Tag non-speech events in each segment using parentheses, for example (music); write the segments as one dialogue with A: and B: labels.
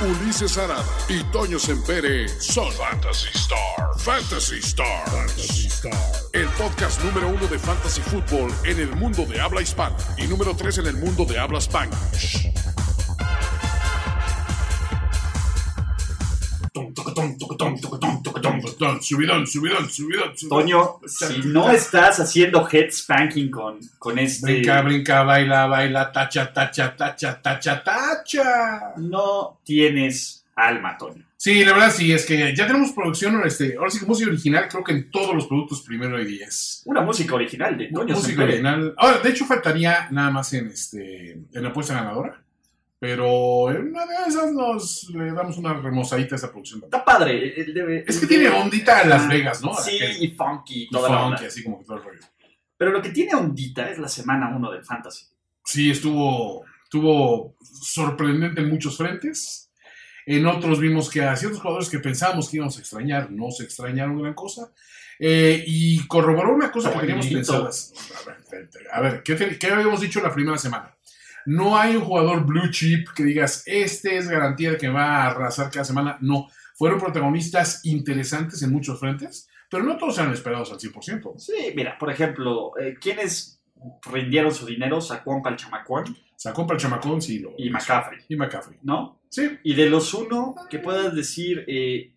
A: Ulises Arada y Toño Sempere son Fantasy Star. Fantasy Stars. El podcast número uno de Fantasy Football en el mundo de habla hispana y número tres en el mundo de habla hispana. Subidón, subidón, subidón, subidón.
B: Toño, si no estás haciendo head spanking con, con este,
C: Brinca, brinca, baila, baila, tacha, tacha, tacha, tacha, tacha.
B: no tienes alma, Toño.
C: Sí, la verdad sí, es que ya tenemos producción, este, ahora sí que música original, creo que en todos los productos primero hay 10.
B: Una música original de Toño
C: Música
B: Sempere.
C: original. Ahora, de hecho, faltaría nada más en este en la apuesta ganadora. Pero en una de esas nos le damos una remozadita a esa producción.
B: Está padre. el de-
C: Es que
B: el
C: tiene
B: de-
C: ondita a Las
B: Ah,
C: Vegas, ¿no?
B: Sí,
C: Aquel-
B: y funky, y
C: y
B: toda la
C: funky,
B: onda.
C: así como que todo el rollo.
B: Pero lo que tiene ondita es la semana 1 del Fantasy.
C: Sí, estuvo, estuvo sorprendente en muchos frentes. En otros vimos que a ciertos jugadores que pensábamos que íbamos a extrañar, no se extrañaron gran cosa. Eh, y corroboró una cosa que teníamos
B: Toñito.
C: pensadas. A ver, espérate, a ver, ¿qué, te- qué habíamos dicho la primera semana? No hay un jugador blue chip que digas, este es garantía de que va a arrasar cada semana. No, fueron protagonistas interesantes en muchos frentes, pero no todos eran esperados al 100%.
B: Sí, mira, por ejemplo, eh, ¿quiénes rindieron su dinero? Sacuán para el chamacón
C: Sacó para el chamacón, sí, lo,
B: y McCaffrey,
C: y McCaffrey.
B: ¿no?
C: Sí,
B: Y de los uno que puedas decir eh,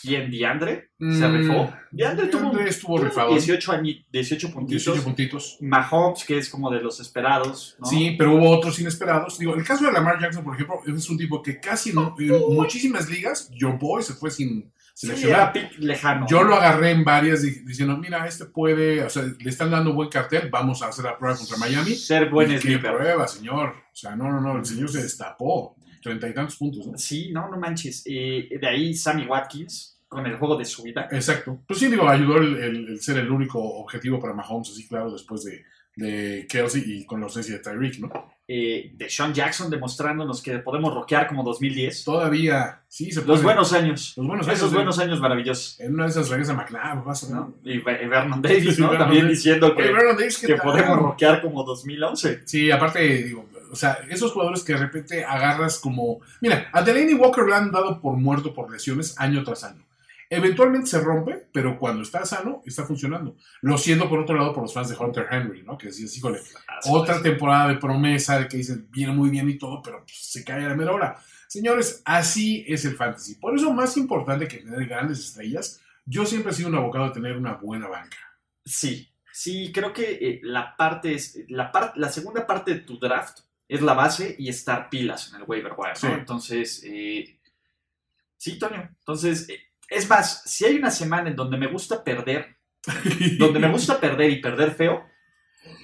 B: quién Diandre se
C: Mm,
B: rifó. Diandre tuvo
C: Andre estuvo
B: tuvo
C: rifado.
B: 18, añi- 18 puntitos.
C: 18 puntitos.
B: Mahomes, que es como de los esperados, ¿no?
C: Sí, pero hubo otros inesperados. Digo, el caso de Lamar Jackson, por ejemplo, es un tipo que casi en, en muchísimas ligas, Your Boy se fue sin
B: Sí, era
C: seleccionar.
B: pick lejano.
C: Yo lo agarré en varias di- diciendo, mira, este puede, o sea, le están dando buen cartel, vamos a hacer la prueba contra Miami.
B: Ser buen
C: ¿Y ¿Qué
B: sleeper.
C: prueba, señor? O sea, no, no, no, el señor se destapó. Treinta y tantos puntos, ¿no?
B: Sí, no, no manches. Eh, de ahí Sammy Watkins con el juego de su vida.
C: Exacto. Pues sí, digo, ayudó el, el- el ser el único objetivo para Mahomes, así claro, después de, de Kelsey y con la ausencia de Tyreek, ¿no?
B: Eh, de Sean Jackson demostrándonos que podemos rockear como 2010.
C: Todavía, sí, se
B: Los
C: puede.
B: buenos años.
C: Los buenos
B: Esos
C: años,
B: buenos años maravillosos.
C: En una de esas regresa McNabb, vas a ver.
B: ¿no? Y Ver- Vernon Davis,
C: Sí,
B: ¿no?
C: Vernon
B: También
C: Davis.
B: diciendo
C: Oye,
B: que,
C: Vernon Davis, ¿qué
B: que
C: tal?
B: podemos rockear como 2011.
C: Sí, aparte, digo, o sea, esos jugadores que de repente agarras como. Mira, a Delaney Walker lo han dado por muerto por lesiones año tras año. Eventualmente se rompe, pero cuando está sano, está funcionando. Lo siento, por otro lado, por los fans de Hunter Henry, ¿no? Que decías, híjole, otra temporada de promesa, de que dicen, viene muy bien y todo, pero pues, se cae a la mera hora. Señores, así es el fantasy. Por eso, más importante que tener grandes estrellas, yo siempre he sido un abogado de tener una buena banca.
B: (laughs) Sí, sí, creo que eh, la parte es, eh, la, par- la segunda parte de tu draft es la base y estar pilas en el waiver wire,
C: Sí.
B: ¿no? Entonces, eh, sí, Toño. Entonces, eh, es más, si hay una semana en donde me gusta perder, donde me gusta perder y perder feo,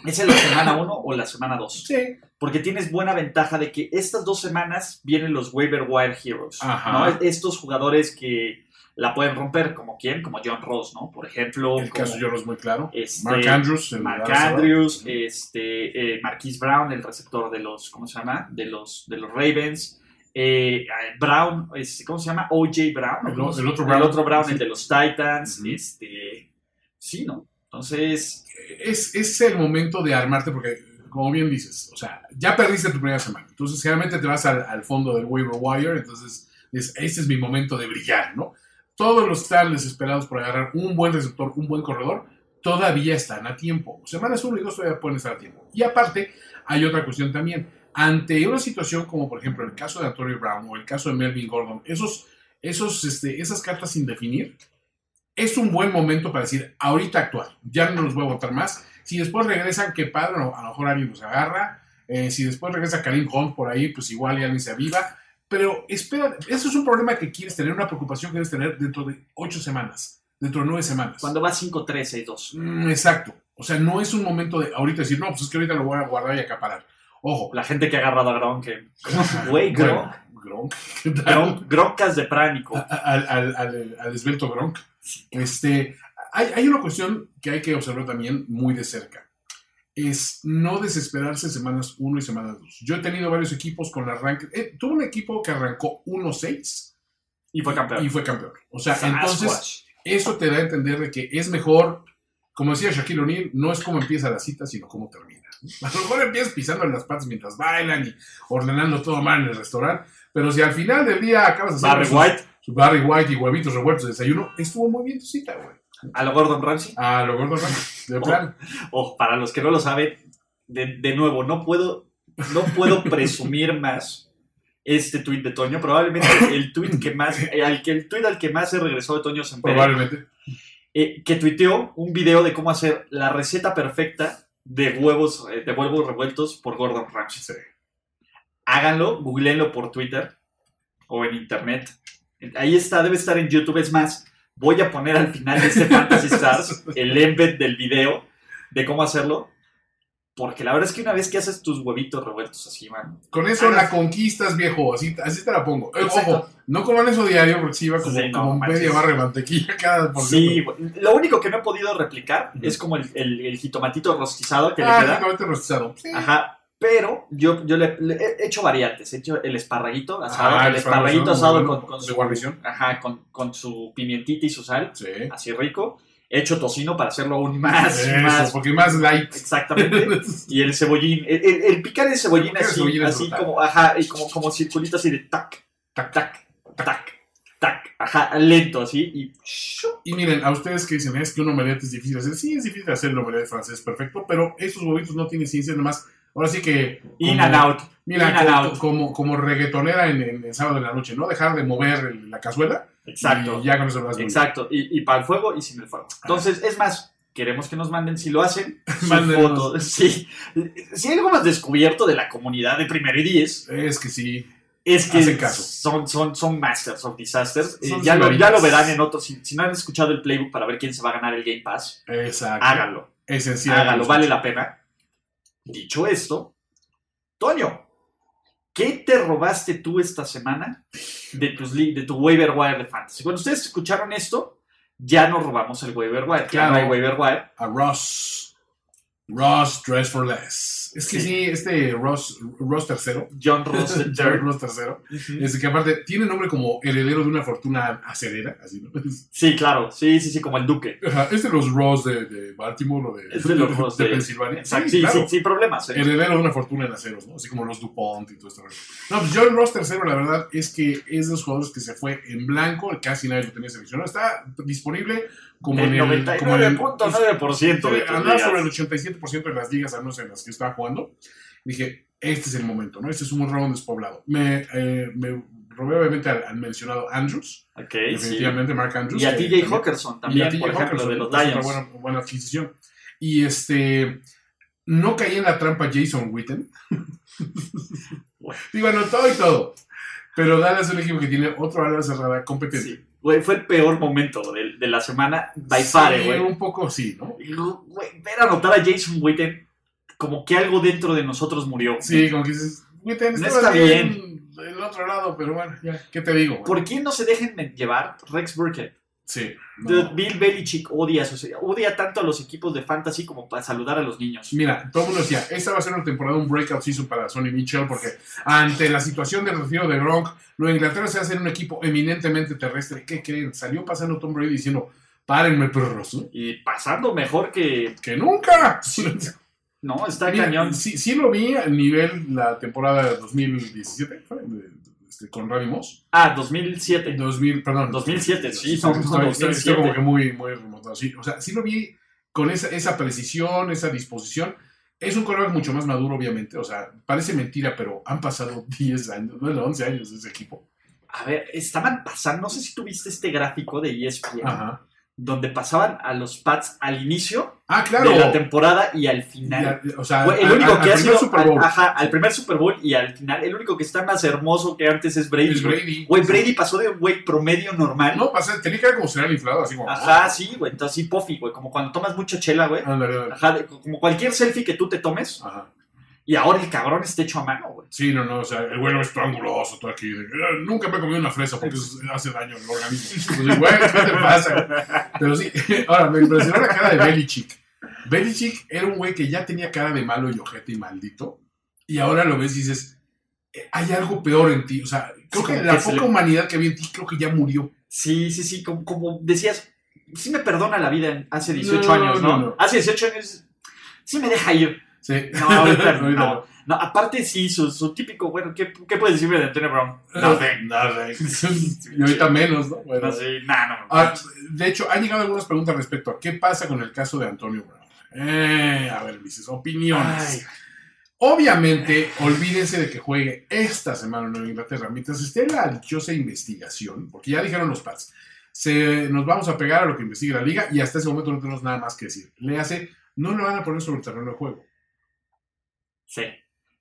B: es en la semana 1 o la semana 2.
C: Sí.
B: Porque tienes buena ventaja de que estas dos semanas vienen los waiver wire heroes,
C: Ajá.
B: ¿no? Estos jugadores que la pueden romper, como quién, como John Ross, ¿no? Por ejemplo,
C: El
B: como-
C: caso yo lo es muy claro.
B: este,
C: Mark Andrews. el
B: Mark
C: Dallas
B: Andrews,
C: Cowboys.
B: este, eh, Marquise Brown, el receptor de los, ¿cómo se llama? De los, de los Ravens. Eh, eh, Brown, este, ¿cómo se llama? OJ Brown. ¿o
C: El,
B: cómo
C: o-
B: se-
C: el otro Brown.
B: El otro Brown, el de los Titans.
C: Ujú.
B: Este, sí, ¿no? Entonces,
C: Es, es el momento de armarte porque, como bien dices, o sea, ya perdiste tu primera semana. Entonces, generalmente te vas al, al fondo del waiver wire. Entonces, dices, este es mi momento de brillar, ¿no? Todos los que están desesperados por agarrar un buen receptor, un buen corredor, todavía están a tiempo. Semanas 1 y 2 todavía pueden estar a tiempo. Y aparte, hay otra cuestión también. Ante una situación como, por ejemplo, el caso de Antonio Brown o el caso de Melvin Gordon, esos, esos, este, esas cartas sin definir, es un buen momento para decir, ahorita actuar, ya no los voy a votar más. Si después regresan, qué padre, no, a lo mejor alguien los agarra. Eh, si después regresa Karim Hunt por ahí, pues igual y alguien se aviva. Pero espera, eso es un problema que quieres tener, una preocupación que debes tener dentro de ocho semanas, dentro de nueve semanas.
B: cuando va 5-3-6-2.
C: Mm, exacto. O sea, no es un momento de ahorita decir, no, pues es que ahorita lo voy a guardar y acaparar. Ojo.
B: La gente que ha agarrado a Gronk, que- (laughs) güey, Gronk,
C: Gronk. (laughs) ¿Qué tal? Ah,
B: Gronk, Gronkas de pránico.
C: A- a- Al, al, al- al esbelto Gronk. Este, hay, hay una cuestión que hay que observar también muy de cerca. Es no desesperarse en semanas 1 y semanas 2. Yo he tenido varios equipos con arranque. eh, tuve un equipo que arrancó 1-6
B: Y fue campeón.
C: y fue campeón. O sea,
B: Sasquatch.
C: entonces eso te da a entender de que es mejor, como decía Shaquille O'Neal, no es cómo empieza la cita, sino cómo termina. A lo mejor empiezas pisando en las patas mientras bailan y ordenando todo mal en el restaurante, pero si al final del día acabas haciendo
B: Barry
C: sus-
B: White,
C: su Barry White y huevitos revueltos de desayuno, estuvo muy bien tu cita, güey.
B: a lo Gordon Ramsay.
C: A lo gordo, Ramsay,
B: Oh,
C: de plan.
B: O para los que no lo saben, de, de nuevo, no puedo, no puedo presumir más este tuit de Toño. Probablemente el tuit que más, al que el tuit al que más se regresó de Toño Semper,
C: Probablemente.
B: eh, que tuiteó un video de cómo hacer la receta perfecta de huevos, eh, de huevos revueltos por Gordon Ramsay.
C: Sí.
B: háganlo, googleenlo por Twitter o en internet. Ahí está, debe estar en YouTube. Es más, voy a poner al final de este
C: (laughs)
B: Fantasy Stars el embed del video de cómo hacerlo. Porque la verdad es que una vez que haces tus huevitos revueltos así, man.
C: Con eso
B: Ah,
C: la
B: no.
C: conquistas, viejo. Así, así te la pongo. Eh,
B: Exacto.
C: ojo, no coman eso diario porque si iba como,
B: Sí, no,
C: como
B: manches.
C: media barra de mantequilla cada por
B: Sí, güey. lo único que no he podido replicar
C: Ujú.
B: es como el, el- el jitomatito rostizado que
C: Ah,
B: le queda.
C: exactamente rostizado. Sí.
B: Ajá. Pero yo, yo le, le he hecho variantes. He hecho el esparraguito asado.
C: Ah,
B: el,
C: el esparraguito,
B: esparraguito asado
C: muy bueno,
B: con, con
C: de
B: su,
C: guarnición.
B: Ajá, con, con su pimientita y su sal.
C: Sí.
B: así rico. Hecho tocino para hacerlo aún más,
C: Eso,
B: más
C: porque más light.
B: exactamente. Y el cebollín, el, el- el picar el cebollín
C: Picar el
B: así,
C: cebollín es
B: así
C: brutal.
B: como, ajá, y como, como circulito así de tac,
C: Tac,
B: tac, tac, tac, ajá, lento así y shup.
C: Y miren, a ustedes que dicen, es que un omelette es difícil hacer. Sí, es difícil hacer el omelette francés perfecto, pero esos huevitos no tienen ciencia nomás. Ahora sí que.
B: in
C: como-
B: and out. in and
C: Mira,
B: out.
C: como, como, como reggaetonera en, en el sábado de la noche, ¿no? Dejar de mover el- la cazuela.
B: Exacto,
C: Y ya con eso lo vas muy
B: exacto. Y, y para el fuego y sin el fuego. Entonces, es más, queremos que nos manden, si
C: (laughs)
B: lo hacen, su
C: Mándenos.
B: foto. Sí. Si hay algo más descubierto de la comunidad de Primero y Diez,
C: bien. Es que sí.
B: Es que
C: Hacen caso.
B: son, son, son masters of disasters. Eh,
C: Son
B: ya, lo, ya
C: señoritas.
B: lo verán en otros. Si, si no han escuchado el playbook para ver quién se va a ganar el Game Pass,
C: Exacto.
B: háganlo.
C: Esencial.
B: háganlo, vale la pena. Dicho esto, Toño, ¿qué te robaste tú esta semana de, tus, li- de tu waiver wire de fantasy? Cuando ustedes escucharon esto, ya nos robamos el waiver wire. Ya
C: Claro.
B: no hay waiver wire.
C: A Ross. Ross Dress for Less. Es que
B: Sí.
C: sí, este Ross, Ross tercero. (laughs)
B: John Ross III.
C: Ross tercero.
B: Ujú.
C: Es que aparte tiene nombre como heredero de una fortuna acerera, así, ¿no?
B: Sí, claro. Sí, sí, sí, como el duque.
C: Ajá, Es de los Ross de, de Baltimore o de,
B: Es de los Ross
C: de
B: de-
C: Pensilvania.
B: Exacto.
C: Sí,
B: Sí,
C: claro.
B: sí, sin problemas. ¿eh?
C: Heredero de una fortuna en aceros, ¿no? Así como los DuPont y todo esto. No, pues John Ross tercero, la verdad, es que es de los jugadores que se fue en blanco, casi nadie lo tenía seleccionado. Está disponible como
B: El
C: en el... como en el-
B: 99.9% de tus
C: andaba
B: ligas.
C: sobre el 87% de las ligas, al menos en las que estaba jugando. Dije, este es el momento, ¿no? Este es un round despoblado. Me, eh, me robé obviamente al, al mencionado Andrews,
B: Ok, sí.
C: definitivamente Mark Andrews.
B: Y a
C: que
B: TJ
C: también-
B: Hawkinson también,
C: y a TJ
B: por ejemplo,
C: Hawkinson, pues,
B: de los
C: es una
B: Lions.
C: Buena, buena adquisición. Y este. No caí en la trampa Jason
B: (laughs)
C: Witten.
B: Bueno.
C: Digo, anotó y todo. Pero Dallas es un equipo que tiene otro ala cerrada competente.
B: Sí. Güey, fue el peor momento de, de la semana, by far, eh,
C: Sí,
B: güey.
C: Un poco sí, ¿no?
B: Güey, Ver anotar a Jason Witten, como que algo dentro de nosotros murió.
C: Sí, como que dices, Witten este
B: No
C: estaba
B: está
C: bien del otro lado, pero bueno, ya, ¿qué te digo? güey?
B: ¿Por qué no se dejen men- llevar Rex Burkhead?
C: Sí.
B: The-
C: no.
B: Bill Belichick odia, a sus- odia tanto a los equipos de fantasy como para saludar a los niños.
C: Mira, todo el mundo decía, esta va a ser una temporada, un breakout season para Sonny Mitchell, porque ante la situación del retiro de Gronk, Nueva Inglaterra se hace en un equipo eminentemente terrestre. ¿Qué creen? Salió pasando Tom Brady diciendo, párenme, perros, ¿no?
B: Y pasando mejor que...
C: ¡Que nunca!
B: No, está
C: Mira,
B: cañón.
C: Sí, sí lo vi a nivel la temporada 2017, fue, de- este, con Randy Moss.
B: Ah, 2007.
C: 2000, perdón.
B: 2007, sí,
C: estoy,
B: no, no,
C: estoy- estoy
B: 2007.
C: como que muy, muy remontado. Sí, o sea, sí lo vi con esa, esa precisión, esa disposición. Es un coreback mucho más maduro, obviamente. O sea, parece mentira, pero han pasado (laughs) 10 años, bueno, 11 años de ese equipo.
B: A ver, estaban pasando, no sé si tuviste este gráfico de ESPN,
C: Ajá.
B: donde pasaban a los Pats al inicio
C: Ah, claro.
B: de la temporada y al final.
C: Ya, o sea,
B: Fue el
C: al-
B: único
C: al- al
B: que ha
C: primer
B: sido
C: Super
B: al-
C: Bowl
B: ajá, al primer Super Bowl y al final, el único que está más hermoso que antes es Brady.
C: es
B: güey.
C: Brady.
B: Güey, Brady pasó de un güey promedio normal.
C: No, pasa, tenía que ver como será inflado, así como. "Ah,
B: Ajá, sí, güey, entonces sí, pofi, güey, como cuando tomas mucha chela, güey.
C: Ándale, ándale.
B: Ajá, de- como cualquier selfie que tú te tomes
C: Ajá.
B: Y ahora el cabrón está hecho a mano, güey.
C: Sí, no, no, o sea, el güey lo es todo anguloso, todo aquí. de que, "Ah, nunca me he comido una fresa porque eso hace daño al organismo. Entonces, güey, ¿qué te pasa? Pero sí, (laughs) ahora me impresionó la cara de Belichick. Belichick era un güey que ya tenía cara de malo y ojete y maldito. Y ahora lo ves y dices, "Eh, hay algo peor en ti. O sea, creo
B: Sí,
C: que
B: como
C: la
B: que se
C: poca
B: le-
C: humanidad que había en ti, creo que ya murió.
B: Sí, sí, sí, como, como decías, sí me perdona la vida en- hace 18
C: No,
B: años, ¿no?
C: no, no.
B: Hace 18 años sí me deja ir.
C: Sí.
B: No,
C: (laughs)
B: ahorita
C: Ahorita
B: no. No, aparte sí, su, su típico, bueno, ¿qué, ¿qué puedes decirme de Antonio Brown?
C: Eh,
B: Nothing.
C: Nada.
B: (laughs)
C: Y ahorita menos, ¿no? Bueno.
B: No sé, nah, no.
C: Ah, de hecho, han llegado algunas preguntas respecto a qué pasa con el caso de Antonio Brown. Eh, a ver, dices, opiniones.
B: Ay,
C: Obviamente, olvídense de que juegue esta semana en Nueva Inglaterra. Mientras esté la dichosa investigación, porque ya dijeron los Pats, se, nos vamos a pegar a lo que investigue la liga y hasta ese momento no tenemos nada más que decir. Le hace, no lo van a poner sobre el terreno de juego.
B: sí.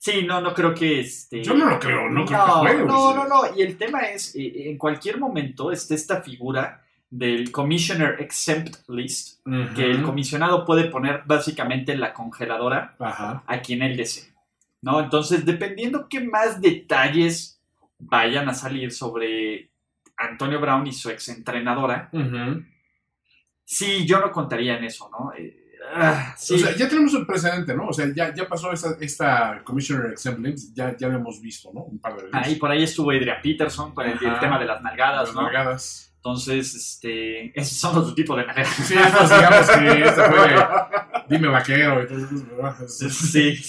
B: Sí, no, no creo que este.
C: Yo no lo creo, no creo que
B: no,
C: juegue.
B: no,
C: güey.
B: no, no. Y el tema es, eh, en cualquier momento está esta figura del Commissioner Exempt List,
C: Ujú.
B: que el comisionado puede poner básicamente en la congeladora
C: Ajá.
B: a quien él desee. ¿No? Entonces, dependiendo qué más detalles vayan a salir sobre Antonio Brown y su exentrenadora,
C: Ujú.
B: sí, yo no contaría en eso, ¿no? Eh, ah, sí,
C: O sea, ya tenemos un precedente, ¿no? O sea, ya, ya pasó esta, esta Commissioner Exemplings, ya, ya lo hemos visto, ¿no? Un par de veces.
B: ahí por ahí estuvo Adrian Peterson con el, el
C: Ajá.
B: tema de las nalgadas,
C: Las
B: ¿no?
C: nalgadas.
B: Entonces, este, (laughs) esos son otro tipo
C: (laughs)
B: de nalgadas.
C: Sí, pues digamos que esta
B: (laughs)
C: fue. Dime vaquero. entonces, ¿verdad?
B: Sí,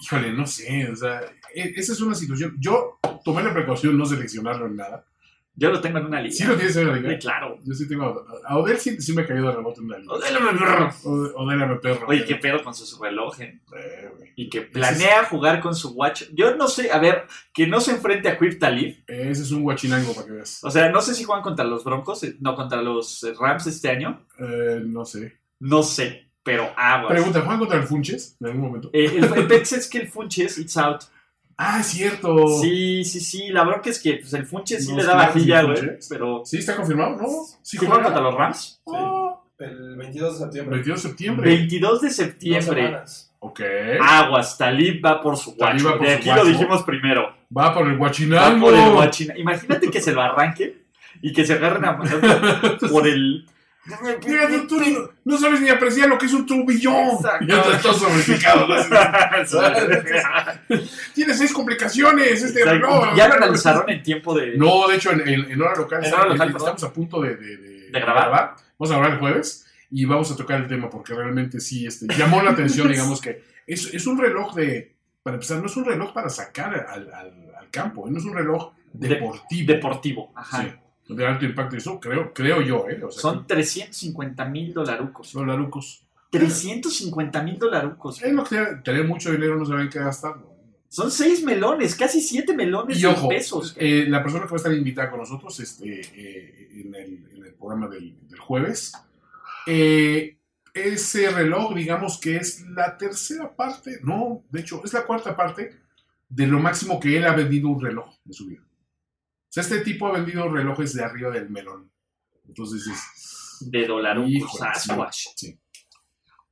C: Híjole, no sé. O sea, e- esa es una situación. Yo tomé la precaución no seleccionarlo en nada.
B: yo lo tengo en una
C: Sí
B: lista.
C: lo tienes en la liga.
B: claro.
C: Yo sí tengo. a- A Odell sí, sí me ha caído de rebote en la liga.
B: Odell me perro.
C: Ode- Odell era mi perro.
B: Oye, qué pedo con su reloj, eh.
C: Eh, güey.
B: Y que planea jugar con su watch. Yo no sé, a ver, que no se enfrente a Quip Talib.
C: Eh, Ese es un guachinango para que veas.
B: O sea, no sé si juegan contra los Broncos, eh, no, contra los eh, Rams este año.
C: Eh, no sé.
B: No sé, pero aguas.
C: Pregunta, ¿juegan contra el Funches en algún momento?
B: Eh, el, el pex es que el Funches, it's out.
C: Ah, es cierto.
B: Sí, sí, sí. La bronca es que pues, el Funches sí
C: Los
B: le da
C: Rams y
B: vajilla,
C: el
B: güey.
C: Funches.
B: Pero.
C: Sí, está confirmado, ¿no?
B: ¿Sí
C: Sí,
B: juegan
C: juega.
B: contra los Rams?
C: Oh,
D: El 22 de septiembre.
C: 22 de septiembre.
B: 22 de
D: Dos
B: septiembre.
D: semanas.
C: Ok.
B: Aguas, Talib va por su
C: Talib va
B: guacho.
C: por
B: De
C: su
B: aquí
C: guacho.
B: lo dijimos primero.
C: Va por el
B: Va
C: guachinango.
B: por el guachina. Imagínate que se lo arranque y que se agarren a por el.
C: Mira, tú, tú no, no sabes ni apreciar lo que es un trubillón.
B: Exacto.
C: Ya está todo sobreficado. ¿no? Tiene seis complicaciones este
B: Exacto.
C: reloj.
B: Ya lo analizaron en tiempo de.
C: No, de hecho, en, en- en hora local,
B: En
C: estamos,
B: hora local,
C: estamos
B: perdón.
C: a punto de, de- de-
B: ¿De grabar?
C: Vamos a grabar el jueves y vamos a tocar el tema porque realmente sí este, llamó la
B: (laughs)
C: atención, digamos que es, es un reloj de. Para empezar, no es un reloj para sacar al, al- al campo, ¿eh? no es un reloj
B: De-
C: deportivo.
B: deportivo. Ajá.
C: Sí, de alto impacto. Eso creo, creo yo, ¿eh? O sea,
B: Son 350 mil dolarucos.
C: son larucos.
B: 350 mil dolarucos.
C: Es lo que tiene, tener mucho dinero no saben qué gastarlo.
B: Son 6 melones, casi 7 melones
C: Y
B: de
C: ojo,
B: pesos.
C: eh, la persona que va a estar invitada con nosotros este, eh, en, el, en el programa del, del jueves, eh, ese reloj, digamos que es la tercera parte, no, de hecho, es la cuarta parte de lo máximo que él ha vendido un reloj en su vida. O sea, este tipo ha vendido relojes de arriba del melón. Entonces, es,
B: de dolarucos.
C: Híjole,
B: ascuas.
C: sí.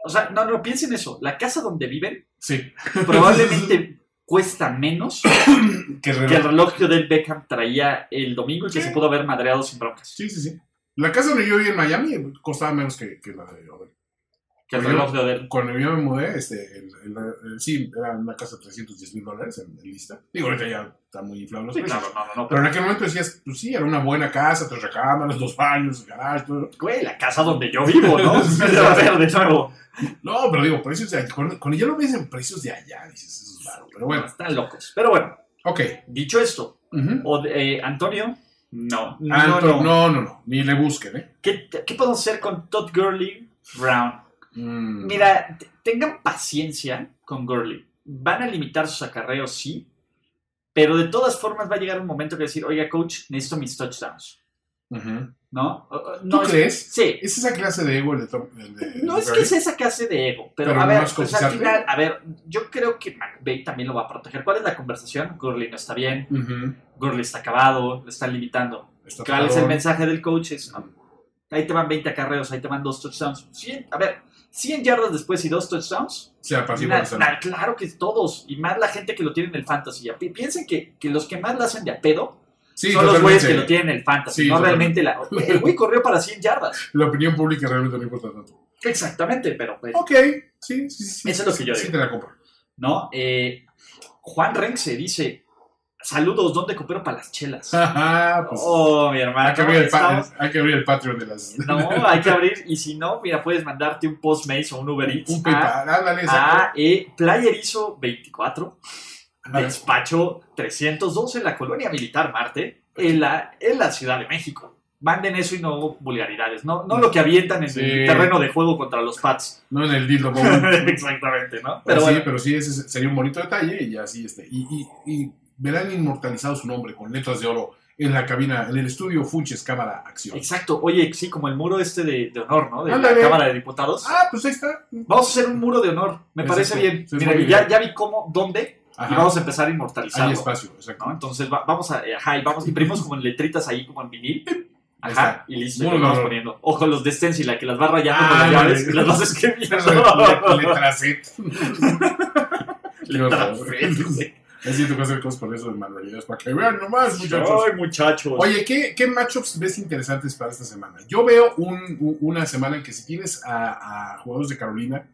B: O sea, no, no, piensen eso. La casa donde viven
C: sí,
B: probablemente cuesta menos
C: que
B: que el
C: reloj.
B: reloj que Odell Beckham traía el domingo y que
C: Sí.
B: se pudo haber madreado sin broncas.
C: Sí, sí, sí. La casa donde yo viví en Miami eh, costaba menos que, que la de Odell.
B: Que el
C: Oye,
B: reloj de Odell.
C: cuando yo me mudé, este, el- el- el- sí, era una casa de 310 mil dólares en, en lista. Digo, ahorita ya está muy inflado los
B: Sí,
C: precios.
B: claro, no, no,
C: Pero
B: no. Pero,
C: en aquel momento decías, pues sí, era una buena casa, tres recámaras, dos baños, garage, todo.
B: güey, la casa donde yo vivo, ¿no?
C: (laughs)
B: A ver, de nuevo.
C: No, pero digo, precios de allá. Cuando, cuando ya lo ves en precios de allá, dices, eso es raro. Pero bueno,
B: Están locos. Pero bueno,
C: ok.
B: dicho esto,
C: Ujú.
B: O de- eh, Antonio, no. No,
C: Anto-
B: no.
C: no, no, no, ni le busquen, ¿eh?
B: ¿Qué, qué podemos hacer con Todd Gurley Brown?
C: Mm.
B: Mira, te- tengan paciencia con Gurley. Van a limitar sus acarreos, sí. Pero de todas formas va a llegar un momento que decir, oiga, coach, necesito mis touchdowns.
C: Ujú.
B: ¿No? O- o-
C: ¿Tú
B: no es-
C: crees?
B: sí.
C: Es esa clase de ego el de Tom. el de-
B: No
C: de
B: es que
C: Brady?
B: sea esa clase de ego, pero,
C: Pero
B: a
C: no
B: ver,
C: es
B: pues, al
C: confiscarte.
B: final, a ver, yo creo que McVeigh también lo va a proteger. ¿Cuál es la conversación? Gurley no está bien,
C: Ujú.
B: Gurley está acabado, lo están limitando.
C: Está
B: ¿Cuál es el
C: cabrón.
B: mensaje del coach? Es, ah, ahí te van 20 acarreos, ahí te van dos touchdowns. Sí, a ver, 100 yardas después y dos touchdowns.
C: Se apacigua
B: Na-
C: la zona.
B: na- claro que todos, y más la gente que lo tiene en el fantasy. Ya pi- Piensen que, que los que más la hacen de a pedo
C: Sí,
B: son los güeyes
C: totalmente.
B: que lo tienen en el fantasy,
C: Sí,
B: no
C: totalmente.
B: realmente la... El güey corrió para 100 yardas.
C: La opinión pública realmente no importa tanto.
B: Exactamente, pero pues,
C: Ok, sí, sí, sí.
B: Eso es lo que yo
C: sí,
B: digo.
C: te la compro. (laughs)
B: ¿no? Eh, Juan Renxe dice, saludos, ¿dónde coopero para las chelas?
C: Ajá, pues,
B: Oh, mi hermano.
C: hay, que abrir el pa-
B: estamos-
C: hay que abrir el Patreon de las.
B: (laughs)
C: (laughs)
B: No, hay que abrir. Y si no, mira, puedes mandarte un Postmates o un Uber Eats.
C: Un
B: a-
C: PayPal, ándale, exacto.
B: a eh, Playerizo 24,
C: Ajá.
B: despacho 312 en la colonia militar Marte, en la, en la Ciudad de México. Manden eso y no vulgaridades, no, no lo que avientan en
C: Sí.
B: el terreno de juego contra los
C: (laughs)
B: Pats.
C: No en el dildo
B: (laughs)
C: bowl.
B: Exactamente, ¿no? Pero
C: Pues sí,
B: bueno,
C: pero sí, ese sería un bonito detalle y así este. Y, y- y verán inmortalizado su nombre con letras de oro en la cabina, en el estudio Funches Cámara Acción.
B: exacto. Oye, sí, como el muro este de, de honor, ¿no? De
C: Ándale.
B: la Cámara de Diputados.
C: Ah, pues ahí está.
B: Vamos a hacer un muro de honor, me
C: Exacto.
B: parece bien.
C: Sí, es
B: Mira,
C: buena
B: ya,
C: idea.
B: ya vi cómo, dónde, y
C: Ajá,
B: vamos a empezar a
C: hay
B: inmortalizarlo.
C: espacio, exacto.
B: ¿no? Entonces va- vamos a, eh, ajá, y vamos, imprimimos como en letritas ahí, como en vinil. Ajá,
C: está.
B: y listo, y
C: Muy
B: lo vamos
C: bárbaro.
B: poniendo. Ojo, los de stencil, la que las vas rayando con
C: Ah,
B: las llaves
C: vale.
B: y las vas escribiendo. (laughs)
C: Le- le- Letracet.
B: (laughs)
C: (laughs)
B: Letra
C: horror.
B: F, güey.
C: Es cierto que hacer cosas por eso de manualidades, para que vean nomás, muchachos.
B: Ay, pues. muchachos.
C: Oye, ¿qué, qué matchups ves interesantes para esta semana? Yo veo un- u- una semana en que si tienes a, a jugadores de Carolina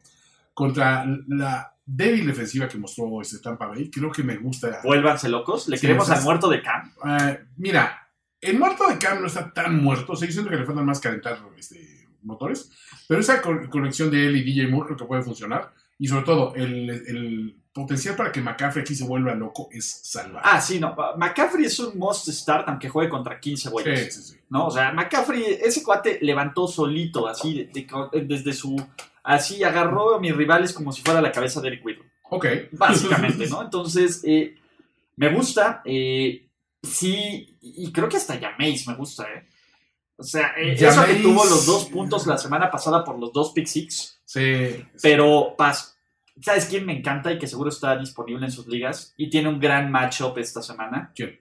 C: contra la débil defensiva que mostró este Tampa Bay, creo que me gusta.
B: Vuélvanse locos, le
C: Sí,
B: queremos
C: esas-
B: al muerto de Cam.
C: Ah, mira, el muerto de Cam no está tan muerto, o sea, yo siento que le faltan más calentar este, motores, pero esa co- conexión de él y DJ Moore creo que puede funcionar, y sobre todo, el, el potencial para que McCaffrey aquí se vuelva loco es salvaje.
B: Ah, sí, no. McCaffrey es un must start aunque juegue contra 15 güeyes.
C: sí, sí, sí.
B: ¿no? O sea, McCaffrey, ese cuate levantó solito, así, de- de- desde su... Así, agarró a mis rivales como si fuera la cabeza de Eric Whittle,
C: (laughs) Ok.
B: básicamente, ¿no? Entonces, eh, me gusta, eh, sí, y y creo que hasta Jameis me gusta, ¿eh? O sea, eh, eso que
C: Jameis-
B: tuvo los dos puntos la semana pasada por los dos pick six,
C: Sí.
B: pero pas- ¿Sabes quién me encanta y que seguro está disponible en sus ligas? Y tiene un gran matchup esta semana.
C: ¿Quién?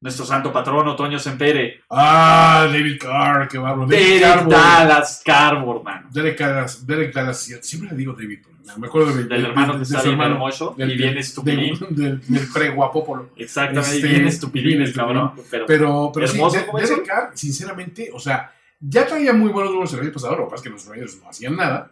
B: Nuestro santo patrón, Otoño Sempere.
C: Ah, David Carr, qué bárbaro. David
B: Derek
C: Carr,
B: Dallas Carbor, mano.
C: Derek Dallas, Derek Dallas, siempre le digo David, pero me acuerdo de,
B: Del hermano que
C: de
B: está
C: su
B: bien
C: hermano.
B: hermoso
C: Del-
B: y bien
C: del-
B: estupidín.
C: Del, (laughs) del, del pre-guapópolo.
B: Exactamente,
C: este,
B: bien estupidín
C: bien
B: el cabrón. Pero,
C: Pero, pero sí,
B: Hermoso,
C: de-
B: ¿cómo
C: Derek
B: es?
C: Carr, sinceramente, o sea, ya traía muy buenos números el año pasado, lo que pasa es que los Raiders no hacían nada.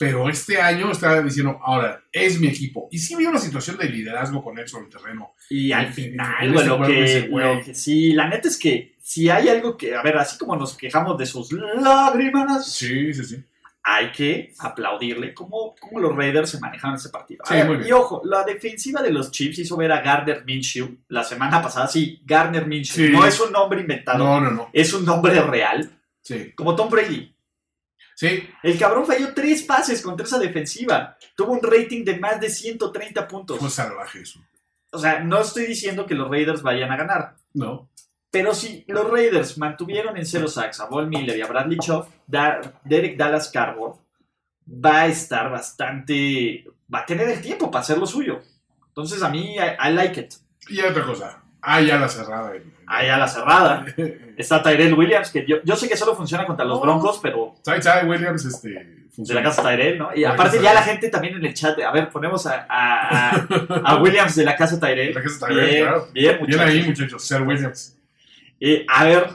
C: Pero este año estaba diciendo, ahora, es mi equipo. Y sí vi una situación de liderazgo con él sobre el terreno.
B: y al
C: en-
B: final,
C: en
B: güey,
C: este
B: lo
C: juego
B: que,
C: ese güey.
B: lo que- sí, la neta es que si hay algo que, a ver, así como nos quejamos de sus lágrimas,
C: Sí, sí, sí.
B: hay que aplaudirle cómo, cómo los Raiders se manejaron ese partido. A
C: Sí,
B: ver,
C: muy bien.
B: Y ojo, la defensiva de los Chiefs hizo ver a Gardner Minshew la semana pasada. Sí, Gardner Minshew.
C: Sí.
B: No es un nombre inventado,
C: No, no, no.
B: es un nombre real,
C: Sí.
B: como Tom Brady.
C: Sí,
B: El cabrón falló tres pases contra esa defensiva. Tuvo un rating de más de 130
C: fue
B: puntos.
C: salvaje eso.
B: O sea, no estoy diciendo que los Raiders vayan a ganar.
C: No.
B: Pero si los Raiders mantuvieron en cero sacks a Von Miller y a Bradley Chubb, Da- Derek Dallas Carver va a estar bastante... Va a tener el tiempo para hacer lo suyo. Entonces a mí, I, I like it.
C: Y otra cosa, ah, ya la cerrada. en- en-
B: Ahí a la cerrada está Tyrell Williams, que yo, yo sé que solo funciona contra los
C: No.
B: Broncos, pero
C: Ty Ty Williams, este.
B: de la
C: funciona.
B: casa Tyrell, ¿no?
C: De
B: Y
C: la
B: aparte
C: casa
B: ya la
C: Tyrell.
B: gente también en el chat, a ver, ponemos a, a- a- a Williams de la casa Tyrell.
C: De la casa Tyrell,
B: bien,
C: claro.
B: bien,
C: Bien
B: muchachos.
C: ahí, muchachos, Sir Williams.
B: Eh, a ver,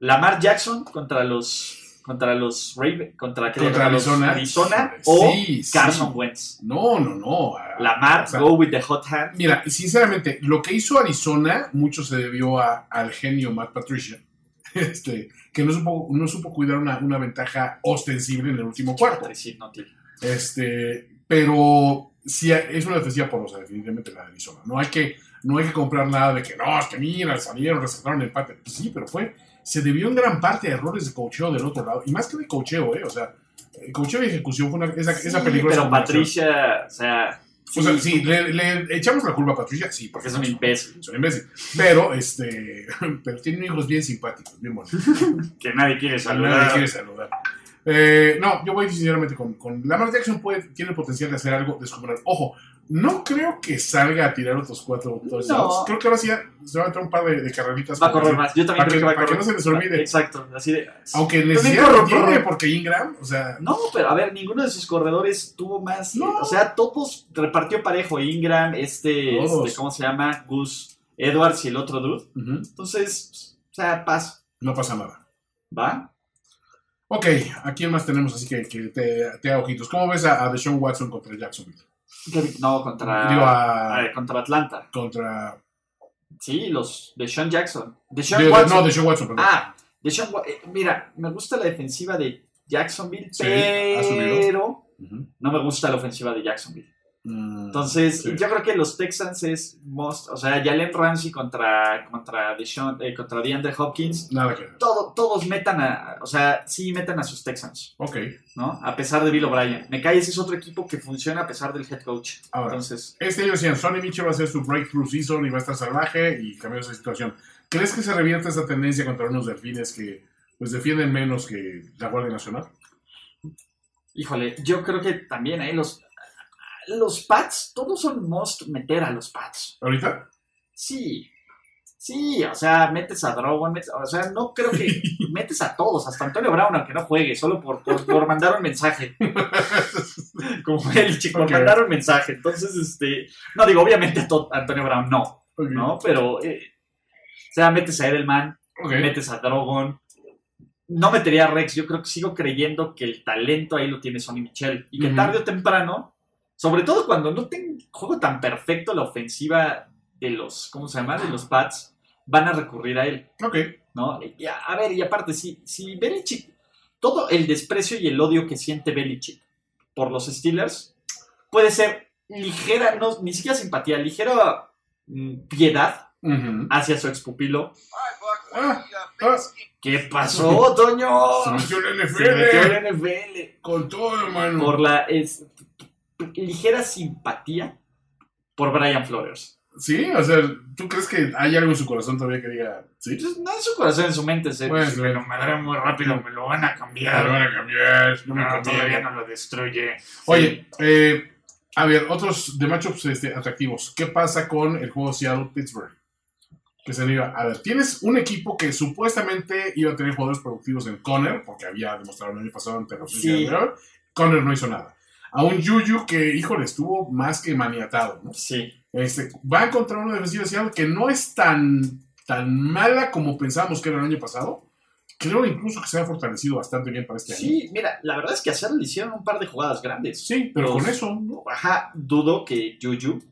B: Lamar Jackson contra los contra los Raven, contra, ¿qué?
C: Contra
B: los
C: Arizona.
B: Arizona o
C: Sí, sí.
B: Carson Wentz.
C: No, no, no. ah,
B: Lamar,
C: o sea,
B: go with the hot hand.
C: Mira, sinceramente, lo que hizo Arizona mucho se debió a- al genio Matt Patricia, (laughs) este, que no supo, no supo cuidar una, una ventaja ostensible en el último cuarto.
B: Sí, no, tío.
C: Este, pero sí, es una defensiva porosa, definitivamente la de Arizona. No hay que, no hay que comprar nada de que no, es que mira, salieron, rescataron el empate. Pues sí, pero fue, se debió en gran parte a errores de cocheo del otro lado, y más que de cocheo, ¿eh? O sea, el cocheo y ejecución fue una, esa, esa
B: Sí,
C: peligrosa
B: Pero
C: combinación.
B: Patricia, o sea, sí,
C: O sea, sí, le, le echamos la culpa a Patricia, sí,
B: porque
C: porque
B: es un imbécil,
C: es un imbécil. Pero, (laughs) este, pero tiene hijos bien simpáticos, bien bonitos.
B: que nadie quiere saludar.
C: Nadie quiere saludar. Eh, no, yo voy sinceramente con, con Lamar Jackson puede, tiene el potencial de hacer algo descomunal. Ojo, no creo que salga a tirar otros cuatro touchdowns.
B: No.
C: Creo que ahora sí ya se va a meter un par de, de carreritas.
B: Va a correr
C: para-
B: más. Yo también
C: Para
B: creo
C: que,
B: que va a
C: para que
B: correr.
C: no se les olvide.
B: Exacto. Así de.
C: Aunque
B: También
C: necesidad
B: corro,
C: no tiene,
B: corro.
C: porque Ingram, o sea,
B: No, pero a ver, ninguno de sus corredores tuvo más. eh,
C: No.
B: O sea, todos repartió parejo. Ingram, este,
C: Todos.
B: este, ¿cómo se llama? Gus Edwards y el otro dude. Entonces, o sea, paz.
C: no pasa nada.
B: ¿Va?
C: Ok, ¿a quién más tenemos? Así que, que te, te hago ojitos. ¿Cómo ves a, a Deshaun Watson contra Jacksonville?
B: Kevin- No,
C: Digo,
B: contra.
C: a,
B: eh, contra Atlanta.
C: contra...
B: Sí, los de Sean Jackson. De Sean
C: digo,
B: Watson.
C: no, Deshaun Watson, perdón.
B: Ah, de Sean Wa- eh, Mira, me gusta la defensiva de Jacksonville,
C: Sí, ha subido.
B: pero
C: Ujú.
B: no me gusta la ofensiva de Jacksonville.
C: Mm,
B: Entonces,
C: sí.
B: yo creo que los Texans es most. O sea, Jalen Ramsey contra, contra, Deshaun- eh, contra DeAndre Hopkins.
C: Nada que ver.
B: Todo, todos metan a. O sea, sí metan a sus Texans,
C: Ok,
B: ¿no? A pesar de Bill O'Brien. Me cae, ese es otro equipo que funciona a pesar del head coach.
C: ahora.
B: Entonces,
C: Este ellos decían, Sonny Mitchell va a hacer su breakthrough season y va a estar salvaje y cambió esa situación. ¿Crees que se revierte esa tendencia contra unos delfines que pues defienden menos que la Guardia Nacional?
B: híjole, yo creo que también ahí los. Los Pats, todos son must meter a los Pats.
C: ¿Ahorita?
B: Sí. Sí, o sea, metes a Drogon, metes- o sea, no creo que
C: (laughs)
B: metes a todos, hasta Antonio Brown, aunque no juegue, solo por, por, por mandar
C: (laughs)
B: un mensaje. Como el chico, por
C: Ok.
B: mandar un mensaje. Entonces, este, no digo, obviamente a to- a Antonio Brown no,
C: Ok.
B: ¿no? Pero, eh, o sea, metes a Edelman,
C: Ok.
B: metes a Drogon. No metería a Rex, yo creo que sigo creyendo que el talento ahí lo tiene Sonny Michel. Y que
C: Ujú.
B: tarde o temprano, sobre todo cuando no tenga un juego tan perfecto la ofensiva de los, ¿cómo se llama? De los Pats, van a recurrir a él,
C: Ok.
B: ¿no? Y a, a ver, y aparte, si, si Belichick, todo el desprecio y el odio que siente Belichick por los Steelers puede ser ligera, no, ni siquiera simpatía, ligera mm, piedad
C: Ujú.
B: hacia su expupilo.
C: Ah, ah,
B: ¿Qué pasó,
C: se
B: Toño?
C: metió el
B: Se metió
C: NFL
B: el NFL.
C: con todo, hermano.
B: Por la es- ligera simpatía por Brian Flores.
C: Sí, o sea, ¿tú crees que hay algo en su corazón todavía que diga sí?
B: Entonces, no en su corazón, en su mente. Se,
C: Bueno,
B: me lo madrean muy rápido, me lo van a
C: Ah,
B: cambiar.
C: van a cambiar, no me
B: No,
C: conviene.
B: todavía no lo destruye.
C: Oye, eh, a ver, otros de matchups este, atractivos. ¿Qué pasa con el juego Seattle-Pittsburgh? Que se diga, a ver, tienes un equipo que supuestamente iba a tener jugadores productivos en Conner, porque había demostrado el año pasado ante la ausencia
B: Sí.
C: de Brewer. Conner no hizo nada. A un Juju que, híjole, estuvo más que maniatado, ¿no?
B: Sí.
C: Este, va a encontrar una defensiva de Seattle que no es tan, tan mala como pensábamos que era el año pasado. Creo incluso que se ha fortalecido bastante bien para este año.
B: Sí, mira, la verdad es que a Seattle le hicieron un par de jugadas grandes.
C: Sí, pero
B: Los-
C: con eso, ¿no?
B: Ajá, dudo que Juju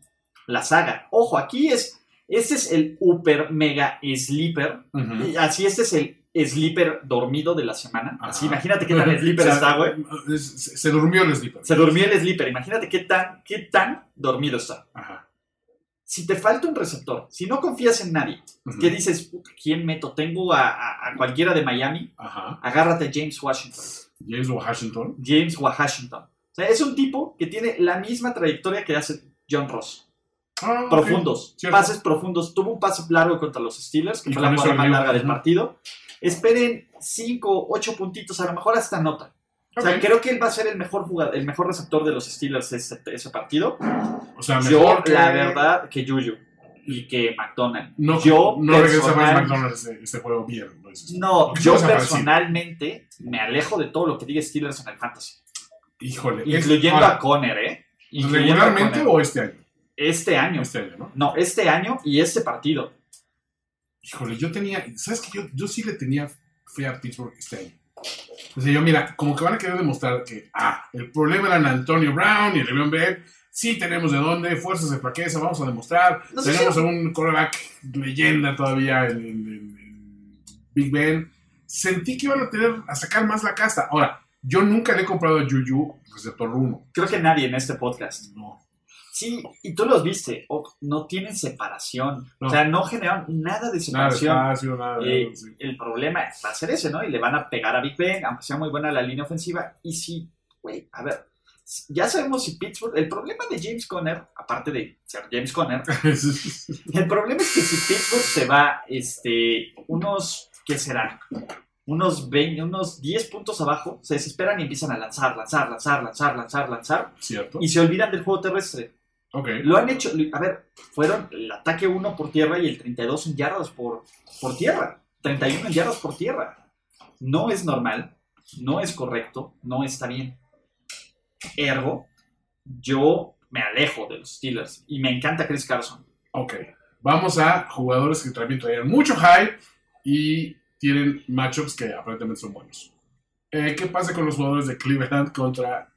B: las haga. Ojo, aquí es. Este es el upper mega sleeper
C: Ujú.
B: Y así este es el sleeper dormido de la semana.
C: Ajá.
B: Así, imagínate
C: (laughs)
B: qué tan sleeper
C: O sea,
B: está, güey.
C: es- Se, se durmió el sleeper.
B: Se durmió el sleeper, imagínate qué tan, qué tan dormido está.
C: Ajá.
B: Si te falta un receptor, si no confías en nadie,
C: Ujú.
B: que dices, "Puta, ¿quién meto? Tengo a, a- a cualquiera de Miami,
C: Ajá.
B: agárrate a James Washington.
C: James Washington.
B: James Washington. O sea, es un tipo que tiene la misma trayectoria que hace John Ross.
C: Ah, ok.
B: profundos,
C: cierto.
B: pases profundos. Tuvo un pase largo contra los Steelers, que
C: Y
B: fue la
C: con eso
B: jugada más
C: ganó.
B: larga del
C: Ujú.
B: partido. Esperen 5, 8 puntitos, a lo mejor hasta nota. O sea,
C: Ok.
B: creo que él va a ser el mejor jugador, el mejor receptor de los Steelers ese, ese partido.
C: O sea, mejor
B: Yo,
C: que-
B: la verdad, que Juju y que McDonald.
C: No,
B: yo
C: no regresa más
B: personal-
C: McDonald's este, este juego bien. ¿no? Es-
B: No,
C: Porque
B: yo
C: no desaparecido.
B: personalmente me alejo de todo lo que diga Steelers en el fantasy.
C: Híjole. es-
B: Incluyendo
C: ahora,
B: a Conner, ¿eh? Incluyendo a
C: ¿Regularmente
B: Conner.
C: o este año?
B: Este año.
C: Este año, ¿no?
B: No, este año y este partido.
C: Híjole, yo tenía. ¿Sabes qué? Yo, yo sí le tenía fe a Pittsburgh este año. O sea, yo, mira, como que van a querer demostrar que, ah, el problema eran Antonio Brown y Le'Veon Bell. Sí tenemos de dónde, fuerzas de fraqueza, vamos a demostrar.
B: No sé si-
C: tenemos a un coreback leyenda todavía en, en- en- en Big Ben. Sentí que iban a tener, a sacar más la casta. Ahora, yo nunca le he comprado a Juju pues, receptor 1.
B: Creo que nadie en este podcast.
C: No.
B: Sí, y tú los viste, o- no tienen separación,
C: No.
B: o sea, no generaron nada de
C: Nada de
B: separación.
C: espacio, nada de...
B: Eh,
C: (laughs) sí.
B: el problema va a ser ese, ¿no? Y le van a pegar a Big Ben, aunque sea muy buena la línea ofensiva, y sí, güey, a ver, s- ya sabemos si Pittsburgh, el problema de James Conner, aparte de ser James Conner, el problema es que si Pittsburgh se va, este, unos, ¿qué será? unos, 20, unos 10 puntos abajo, se desesperan y empiezan a lanzar, lanzar, lanzar, lanzar, lanzar, lanzar,
C: ¿Cierto?
B: y se olvidan del juego terrestre.
C: Ok.
B: Lo han hecho, a ver, fueron el ataque 1 por tierra y el 32 en yardas por, por tierra. 31 en yardas por tierra. No es normal, no es correcto, no está bien. Ergo, yo me alejo de los Steelers y me encanta Chris Carson.
C: Ok. Vamos a jugadores que también traían mucho hype y tienen matchups que aparentemente son buenos. Eh, ¿Qué pasa con los jugadores de Cleveland contra.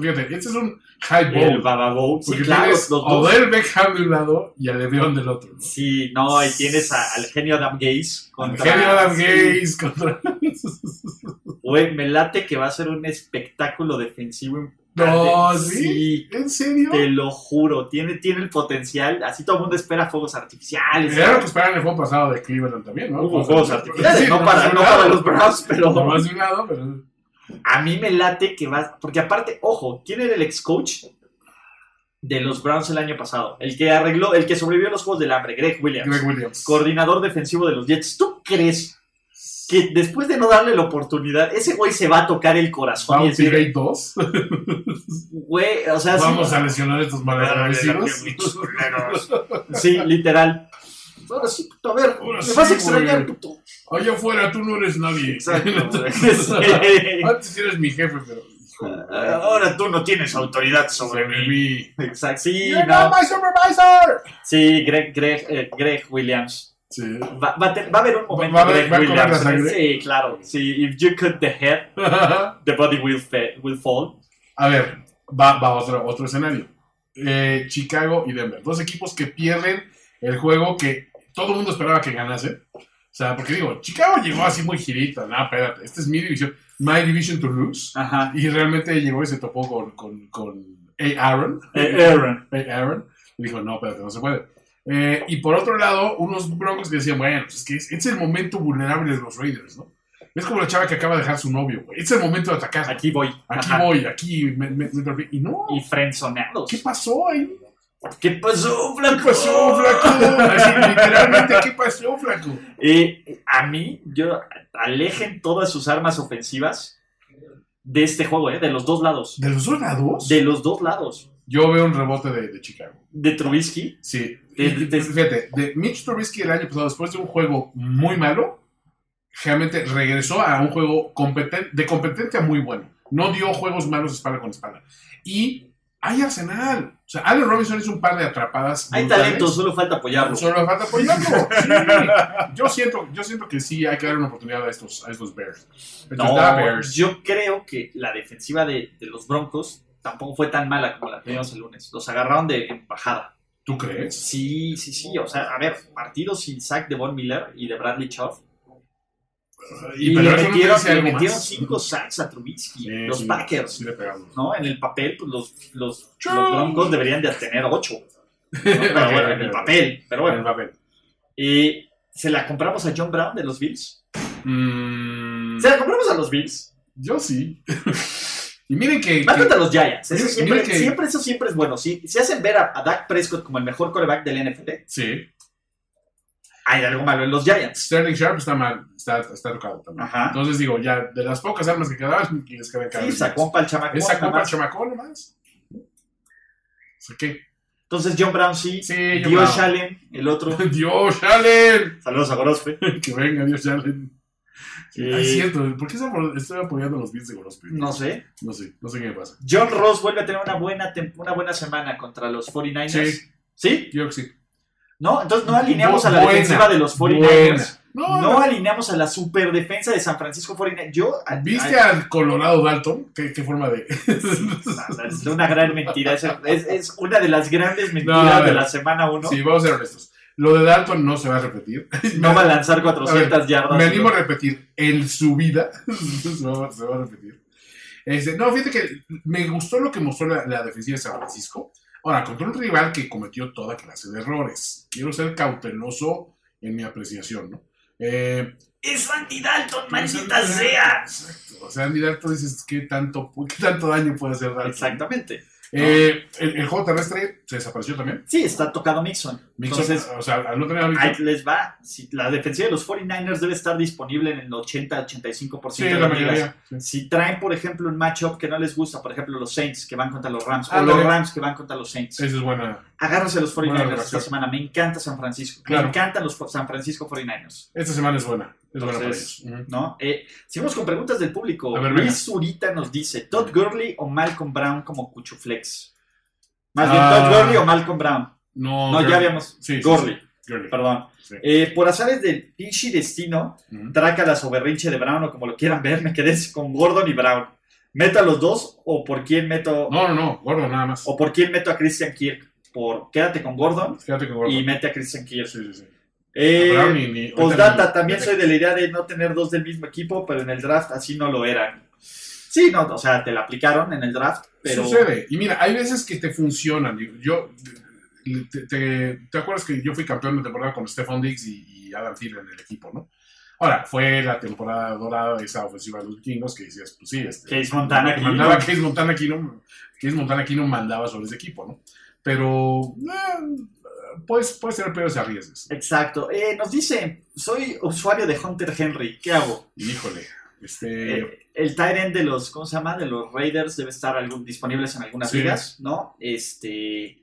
C: Fíjate, este es un high
B: El
C: bowl.
B: Bababo, Oh. sí,
C: Porque
B: claro,
C: tienes
B: los
C: a
B: dos.
C: Odell Beckham de un lado y a Le'Veon del otro. ¿no?
B: Sí, no, y tienes a- al genio Adam Gaze contra.
C: Henry Adam
B: sí.
C: Gaze contra.
B: Güey, me late que va a ser un espectáculo defensivo.
C: No,
B: impactante.
C: ¿sí? ¿En serio?
B: Te lo juro, tiene, tiene el potencial. Así todo el mundo espera fuegos artificiales.
C: Era lo que esperaban el juego pasado de Cleveland también, ¿no?
B: Hubo juegos artificiales,
C: Sí,
B: no, para,
C: más de
B: no
C: un
B: para
C: lado.
B: los Browns, pero
C: No más de un lado, pero.
B: a mí me late que va. Porque aparte, ojo, ¿quién era el ex coach de los Browns el año pasado? El que arregló, el que sobrevivió a los Juegos del Hambre, Greg Williams,
C: Greg Williams.
B: coordinador defensivo de los Jets. ¿Tú crees que después de no darle la oportunidad, ese güey se va a tocar el corazón y
C: Bounty
B: decir,
C: Gate 2.
B: güey, o sea, sí,
C: Vamos a lesionar a estos malagradecidos.
B: (laughs) Sí, literal. Ahora sí, puto, a ver,
C: Ahora
B: me
C: sí,
B: vas
C: güey.
B: a extrañar, puto.
C: Allá afuera tú no eres nadie. (laughs)
B: Sí.
C: Antes eres mi jefe, pero.
B: Ahora tú no tienes autoridad Ah, sobre mí.
C: mí.
B: Exacto. Sí,
C: ¡You're
B: no.
C: not my supervisor!
B: Sí, Greg, Greg, eh, Greg Williams.
C: Sí. (laughs)
B: Va, va a ten- va a haber un momento
C: Va- va a haber-
B: Greg
C: va a comer la
B: Williams.
C: sangre.
B: sí, claro. Sí, if you cut the head, the body will, fa- will fall.
C: A ver, va, va otro, otro escenario. Eh, Chicago y Denver. Dos equipos que pierden el juego que todo el mundo esperaba que ganase. O sea, porque digo, Chicago llegó así muy girita. No, espérate, esta es mi división. My division to lose.
B: Ajá.
C: Y realmente llegó y se topó con, con, con A. Aaron.
B: Eh, Aaron.
C: Hey, Aaron. Y dijo, no, espérate, no se puede. Eh, y por otro lado, unos Broncos que decían, bueno, pues es que es, es el momento vulnerable de los Raiders, ¿no? Es como la chava que acaba de dejar su novio, güey. Es el momento de atacar. Aquí,
B: Aquí voy. Ajá.
C: voy, aquí. me- me- me- y no,
B: Y frenzoneados.
C: ¿qué pasó ahí?
B: ¿Qué pasó, flaco?
C: ¿Qué pasó, flaco? (laughs) Así, literalmente, ¿qué pasó, flaco?
B: Eh, a mí, yo alejen todas sus armas ofensivas de este juego, eh, de los dos lados.
C: ¿De los dos lados?
B: De los dos lados.
C: Yo veo un rebote de, de Chicago.
B: De Trubisky.
C: Sí.
B: De-
C: Y-
B: de-
C: fíjate, de Mitch Trubisky el año pasado, después de un juego muy malo, realmente regresó a un juego competen- de competencia muy bueno. No dio juegos malos espalda con espalda. Y hay Arsenal. O sea, Allen Robinson hizo un par de atrapadas.
B: Hay
C: brutales.
B: talento, solo falta apoyarlo.
C: Solo falta apoyarlo. Sí. Yo, siento, yo siento que sí hay que dar una oportunidad a estos, a estos Bears. Entonces,
B: No,
C: da Bears.
B: yo creo que la defensiva de, de los Broncos tampoco fue tan mala como la que vimos el lunes. Los agarraron de embajada.
C: ¿Tú crees?
B: Sí, sí, sí. O sea, a ver, partidos sin sack de Von Miller y de Bradley Chubb. Y,
C: pero
B: le
C: eso no te
B: metieron,
C: dice
B: le
C: algo
B: metieron
C: más.
B: cinco sacks a Trubisky.
C: Sí,
B: los
C: sí,
B: Packers.
C: Sí, le pegamos.
B: ¿no? En el papel, pues los, los,
C: Chau.
B: los broncos deberían de tener ocho.
C: (laughs)
B: ¿no? Pero bueno, en el papel. Pero
C: En el
B: bueno.
C: papel.
B: Y se la compramos a John Brown de los Bills.
C: Mm.
B: Se la compramos a los Bills.
C: Yo sí. (laughs) y miren que,
B: Va
C: que-
B: contra los Giants. Eso
C: Mira-
B: siempre,
C: mira que-
B: siempre- eso siempre es bueno. Si, si hacen ver a, a Dak Prescott como el mejor coreback del NFL,
C: sí,
B: hay algo malo en los Giants.
C: Sterling Sharp está mal, está, está tocado también.
B: Ajá.
C: Entonces digo, ya de las pocas armas que quedaban, que les quedan cada
B: Sí,
C: vez
B: sacó
C: más.
B: para el chamaco.
C: Es sacó
B: nada
C: para
B: más.
C: chamacón nomás. O sea, ¿qué? (laughs)
B: Entonces John Brown sí.
C: Sí, John
B: Dio
C: Brown.
B: Allen, el otro.
C: (laughs) Dios, Allen.
B: Saludos a Gorospe.
C: que venga, Dios, Allen.
B: Sí.
C: Ah, es cierto, ¿por qué estamos- estoy apoyando los bits de Gorospe?
B: No sé.
C: No sé, no sé qué me pasa.
B: John Ross vuelve a tener una buena, tem- una buena semana contra los 49ers.
C: Sí.
B: ¿Sí?
C: Yo creo que sí.
B: No, entonces no alineamos a la
C: Buena,
B: defensiva de los 49ers.
C: Buena. No,
B: No alineamos a la superdefensa de San Francisco 49ers. Yo. a-
C: ¿Viste
B: a-
C: al Colorado Dalton? ¿Qué, qué forma de...?
B: es una gran mentira. Es, es- es una de las grandes mentiras
C: No, a ver.
B: de la semana 1.
C: (laughs) Sí, vamos a ser honestos. Lo de Dalton no se va a repetir.
B: No va a lanzar 400 yardas.
C: Me animo a repetir. En su vida (laughs) se, va, se va a repetir. Este, no, fíjate que me gustó lo que mostró la, la defensiva de San Francisco. Ahora, contra un rival que cometió toda clase de errores. Quiero ser cauteloso en mi apreciación, ¿no? Eh, pues,
B: Es Andy Dalton, maldita sea.
C: Exacto. O sea, Andy Dalton dices, ¿qué tanto, qué tanto daño puede hacer Dalton?
B: Exactamente.
C: Eh, el, el juego terrestre se desapareció también.
B: Sí, está tocado Mixon.
C: Mixon,
B: Entonces,
C: o sea, al no tener a Mixon,
B: ahí les va. Si la defensiva de los 49ers debe estar disponible en el 80-85%
C: sí,
B: de
C: la
B: las ligas.
C: mayoría. sí.
B: Si traen, por ejemplo, un matchup que no les gusta, por ejemplo, los Saints que van contra los Rams, o
C: Ándale.
B: los Rams que van contra los Saints,
C: Esa es buena.
B: agárrense a los 49ers
C: Buena
B: esta
C: relación.
B: semana. Me encanta San Francisco.
C: Claro.
B: Me encantan los San Francisco 49ers,
C: Esta semana es buena. Es buena para
B: Entonces,
C: ellos. Ujú.
B: ¿no? Eh, seguimos con preguntas del público.
C: A ver, venga.
B: Luis Zurita nos dice, ¿Todd Gurley o Malcolm Brown como cuchuflex? Más bien,
C: Ah.
B: ¿Todd Gurley o Malcolm Brown?
C: No,
B: No,
C: Gurley.
B: ya habíamos...
C: Sí, sí,
B: Gurley,
C: sí, Gurley.
B: perdón.
C: Sí.
B: Eh, por azares del pinche destino,
C: Ujú.
B: trácalas o berrinche de Brown o como lo quieran ver, me quedé con Gordon y Brown. ¿Meto a los dos o por quién meto
C: No, no, no. Gordon, nada más.
B: o por quién meto a Christian Kirk? Por quédate con Gordon
C: Fíjate que Gordon.
B: y mete a Christian Kirk.
C: Sí, sí, sí.
B: Eh,
C: Brown y- ni- ahorita
B: postdata,
C: ni-
B: también soy de la idea de no tener dos del mismo equipo, pero en el draft así no lo eran. Sí, no, o sea, te la aplicaron en el draft, pero
C: Sucede. Y mira, hay veces que te funcionan. Digo, Yo, te, te- ¿te acuerdas que yo fui campeón de temporada con Stephon Diggs y, y Adam Thielen en el equipo, no? Ahora, fue la temporada dorada de esa ofensiva de los vikingos que decías, pues sí, este,
B: Case Montana aquí,
C: mandaba
B: ¿no?
C: Case Montana aquí no, Case Montana aquí no mandaba sobre ese equipo, ¿no? Pero eh, puedes, puedes tener peores arriesgues.
B: Exacto. Eh, nos dice, soy usuario de Hunter Henry, ¿qué hago?
C: Híjole, este,
B: Eh, el Tyrant de los, ¿cómo se llama? De los Raiders debe estar algún, disponibles en algunas
C: Sí.
B: ligas, ¿no? Este,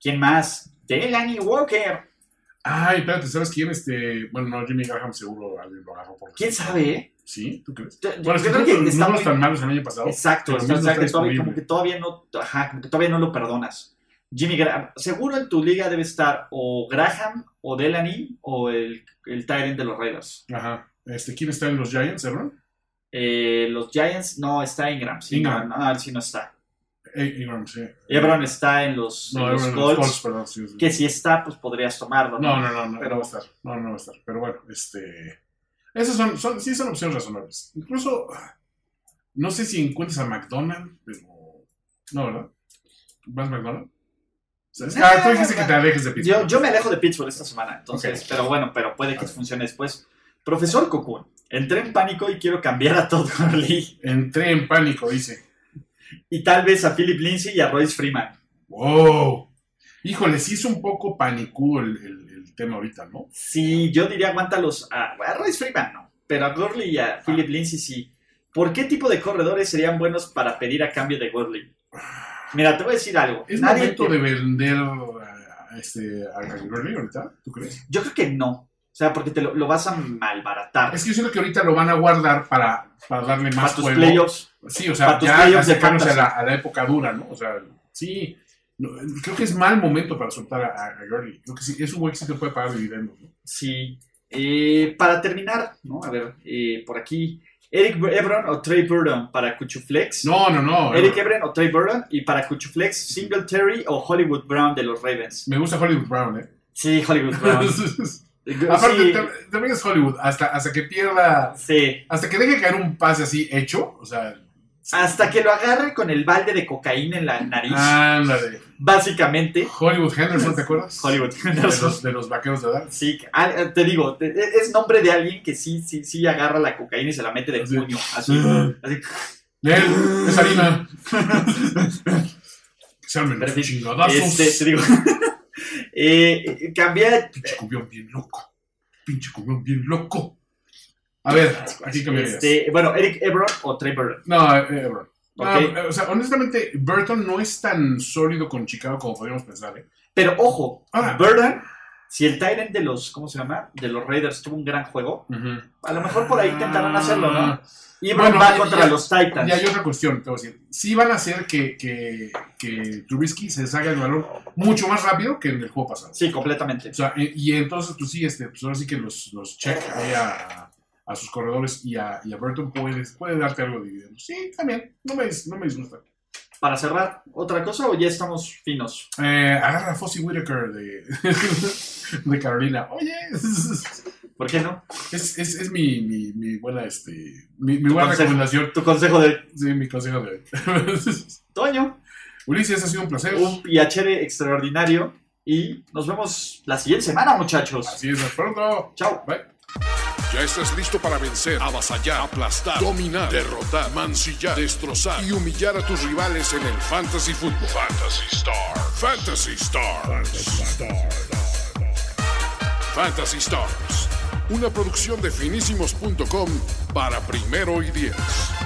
B: ¿quién más? Delaney Walker.
C: ay, espérate, ¿sabes quién? Este, bueno, no, Jimmy Graham seguro alguien lo agarró por
B: ¿Quién sabe? eh?
C: ¿Sí? ¿Tú crees?
B: Yo,
C: Bueno, es
B: yo
C: que
B: creo
C: creo
B: que está
C: no
B: muy...
C: tan malos el año pasado.
B: Exacto,
C: pero
B: está-
C: mismo
B: o sea,
C: está
B: que todavía,
C: disponible.
B: como que todavía no, ajá, como que todavía no lo perdonas. Jimmy Graham, seguro en tu liga debe estar o Graham o Delaney o el, el Tyrant de los Raiders.
C: Ajá. Este, ¿Quién está en los Giants, Ebron?
B: Eh, los Giants, no, está Ingram. Sí,
C: Ingram.
B: No, no, sí no está.
C: Eh, Ebron, sí.
B: Ebron está en los,
C: No,
B: en los
C: Ebron,
B: Colts.
C: perdón. sí, sí.
B: que si está, pues podrías tomarlo.
C: No, no, no, no,
B: Pero-
C: no va a estar. No, no va a estar. Pero bueno, este. Esas son, son, sí son opciones razonables. Incluso, ah, no sé si encuentras a McDonald, pero. No, ¿verdad? ¿Vas McDonald? O sea, es-
B: No,
C: ah, tú dijiste que
B: no.
C: te alejes de
B: Yo,
C: Pittsburgh.
B: yo me alejo de Pittsburgh esta semana, entonces,
C: Ok.
B: pero bueno, pero puede que funcione después. Profesor Cocoon, entré en pánico y quiero cambiar a (laughs) Todd Gurley
C: Entré en pánico, dice.
B: y tal vez a Philip Lindsay y a Royce Freeman.
C: ¡Wow! Híjole, sí es un poco panicudo el, el- el tema ahorita, ¿no?
B: Sí, yo diría aguántalos a, a Royce Freeman, no, pero a Gurley y a Philip Lindsay sí. ¿Por qué tipo de corredores serían buenos para pedir a cambio de Gurley? Mira, te voy a decir algo.
C: ¿Es
B: Nadie
C: momento
B: te-
C: de vender a, a este, a Gurley ahorita? ¿Tú crees?
B: Yo creo que no. O sea, porque te lo, lo vas a malbaratar.
C: Es que yo siento que ahorita lo van a guardar para, para darle más
B: Para tus
C: juego.
B: playoffs.
C: Sí, o
B: para
C: sea,
B: tus
C: ya
B: playoffs de
C: acercarnos a
B: fantasy.
C: la, a la época dura, ¿no? O sea, sí. No, creo que es mal momento para soltar a, a Gurley. Creo que sí, es un güey que sí te puede pagar dividendos. ¿no?
B: Sí. Eh, para terminar, ¿no? A ver, eh, por aquí. Eric Ebron o Trey Burton para Cuchuflex.
C: No, no, no.
B: Eric Ebron o Trey Burton. Y para Cuchuflex, Singletary o Hollywood Brown de los Ravens.
C: Me gusta Hollywood Brown, ¿eh?
B: Sí,
C: (laughs)
B: Hollywood Brown.
C: Aparte,
B: Sí,
C: tam- también es Hollywood. Hasta, hasta que pierda.
B: sí.
C: Hasta que deje caer un pase así hecho. O sea.
B: Hasta que lo agarre con el balde de cocaína en la nariz.
C: Ah. Ándale.
B: Básicamente,
C: Hollywood Henderson, ¿te acuerdas?
B: Hollywood.
C: (laughs) De los, de los vaqueros de edad.
B: Sí, ah, te digo, te- es nombre de alguien que sí, sí, sí agarra la cocaína y se la mete de
C: Así. (laughs)
B: puño. Así, así.
C: Nel, es
B: (laughs)
C: harina. Se armen los
B: Pero,
C: chingadazos.
B: Este, te digo. (laughs) eh, eh, cambié.
C: Pinche cubión bien loco. Pinche cubión bien loco. A ver, aquí cambiarías.
B: Este, bueno, Eric Ebron o Trey Burton.
C: No, eh, eh, Burton. No,
B: Ok.
C: eh, o sea, honestamente, Burton no es tan sólido con Chicago como podríamos pensar, ¿eh?
B: Pero ojo,
C: Ah.
B: Burton, si el Tyrant de los, ¿cómo se llama? De los Raiders tuvo un gran juego, a lo mejor por ahí intentaron hacerlo, ¿no? Y Ebron
C: Bueno,
B: va
C: y-
B: contra
C: y-
B: los Titans.
C: Y hay otra cuestión, te voy a decir. Sí van a hacer que, que, que Trubisky se deshaga el valor mucho más rápido que en el juego pasado.
B: Sí, completamente.
C: O sea, eh, y entonces, pues sí, este, pues ahora sí que los, los check ahí a, a sus corredores y a, y a Burton puede, puede darte algo de dividendos. Sí, también. No me, dis- no me disgusta.
B: Para cerrar, ¿otra cosa o ya estamos finos?
C: Eh, agarra a Fossi Whitaker de, (laughs) de Carolina. Oye, (laughs) es,
B: ¿Por qué no?
C: es, es mi, mi, mi buena, este, mi, mi buena
B: Consejo.
C: recomendación.
B: Tu consejo de
C: Sí, mi consejo de hoy. (laughs)
B: Toño,
C: Ulises, ha sido un placer.
B: un piachere extraordinario. Y nos vemos la siguiente semana, muchachos.
C: Así es, hasta pronto.
B: Chao.
C: Bye.
A: Ya estás listo para vencer, avasallar, aplastar, dominar, derrotar, mancillar, destrozar y humillar a tus rivales en el Fantasy Football. Fantasy Star. Fantasy Star. Fantasy Fantasy Stars, una producción de finísimos.com para primero y diez.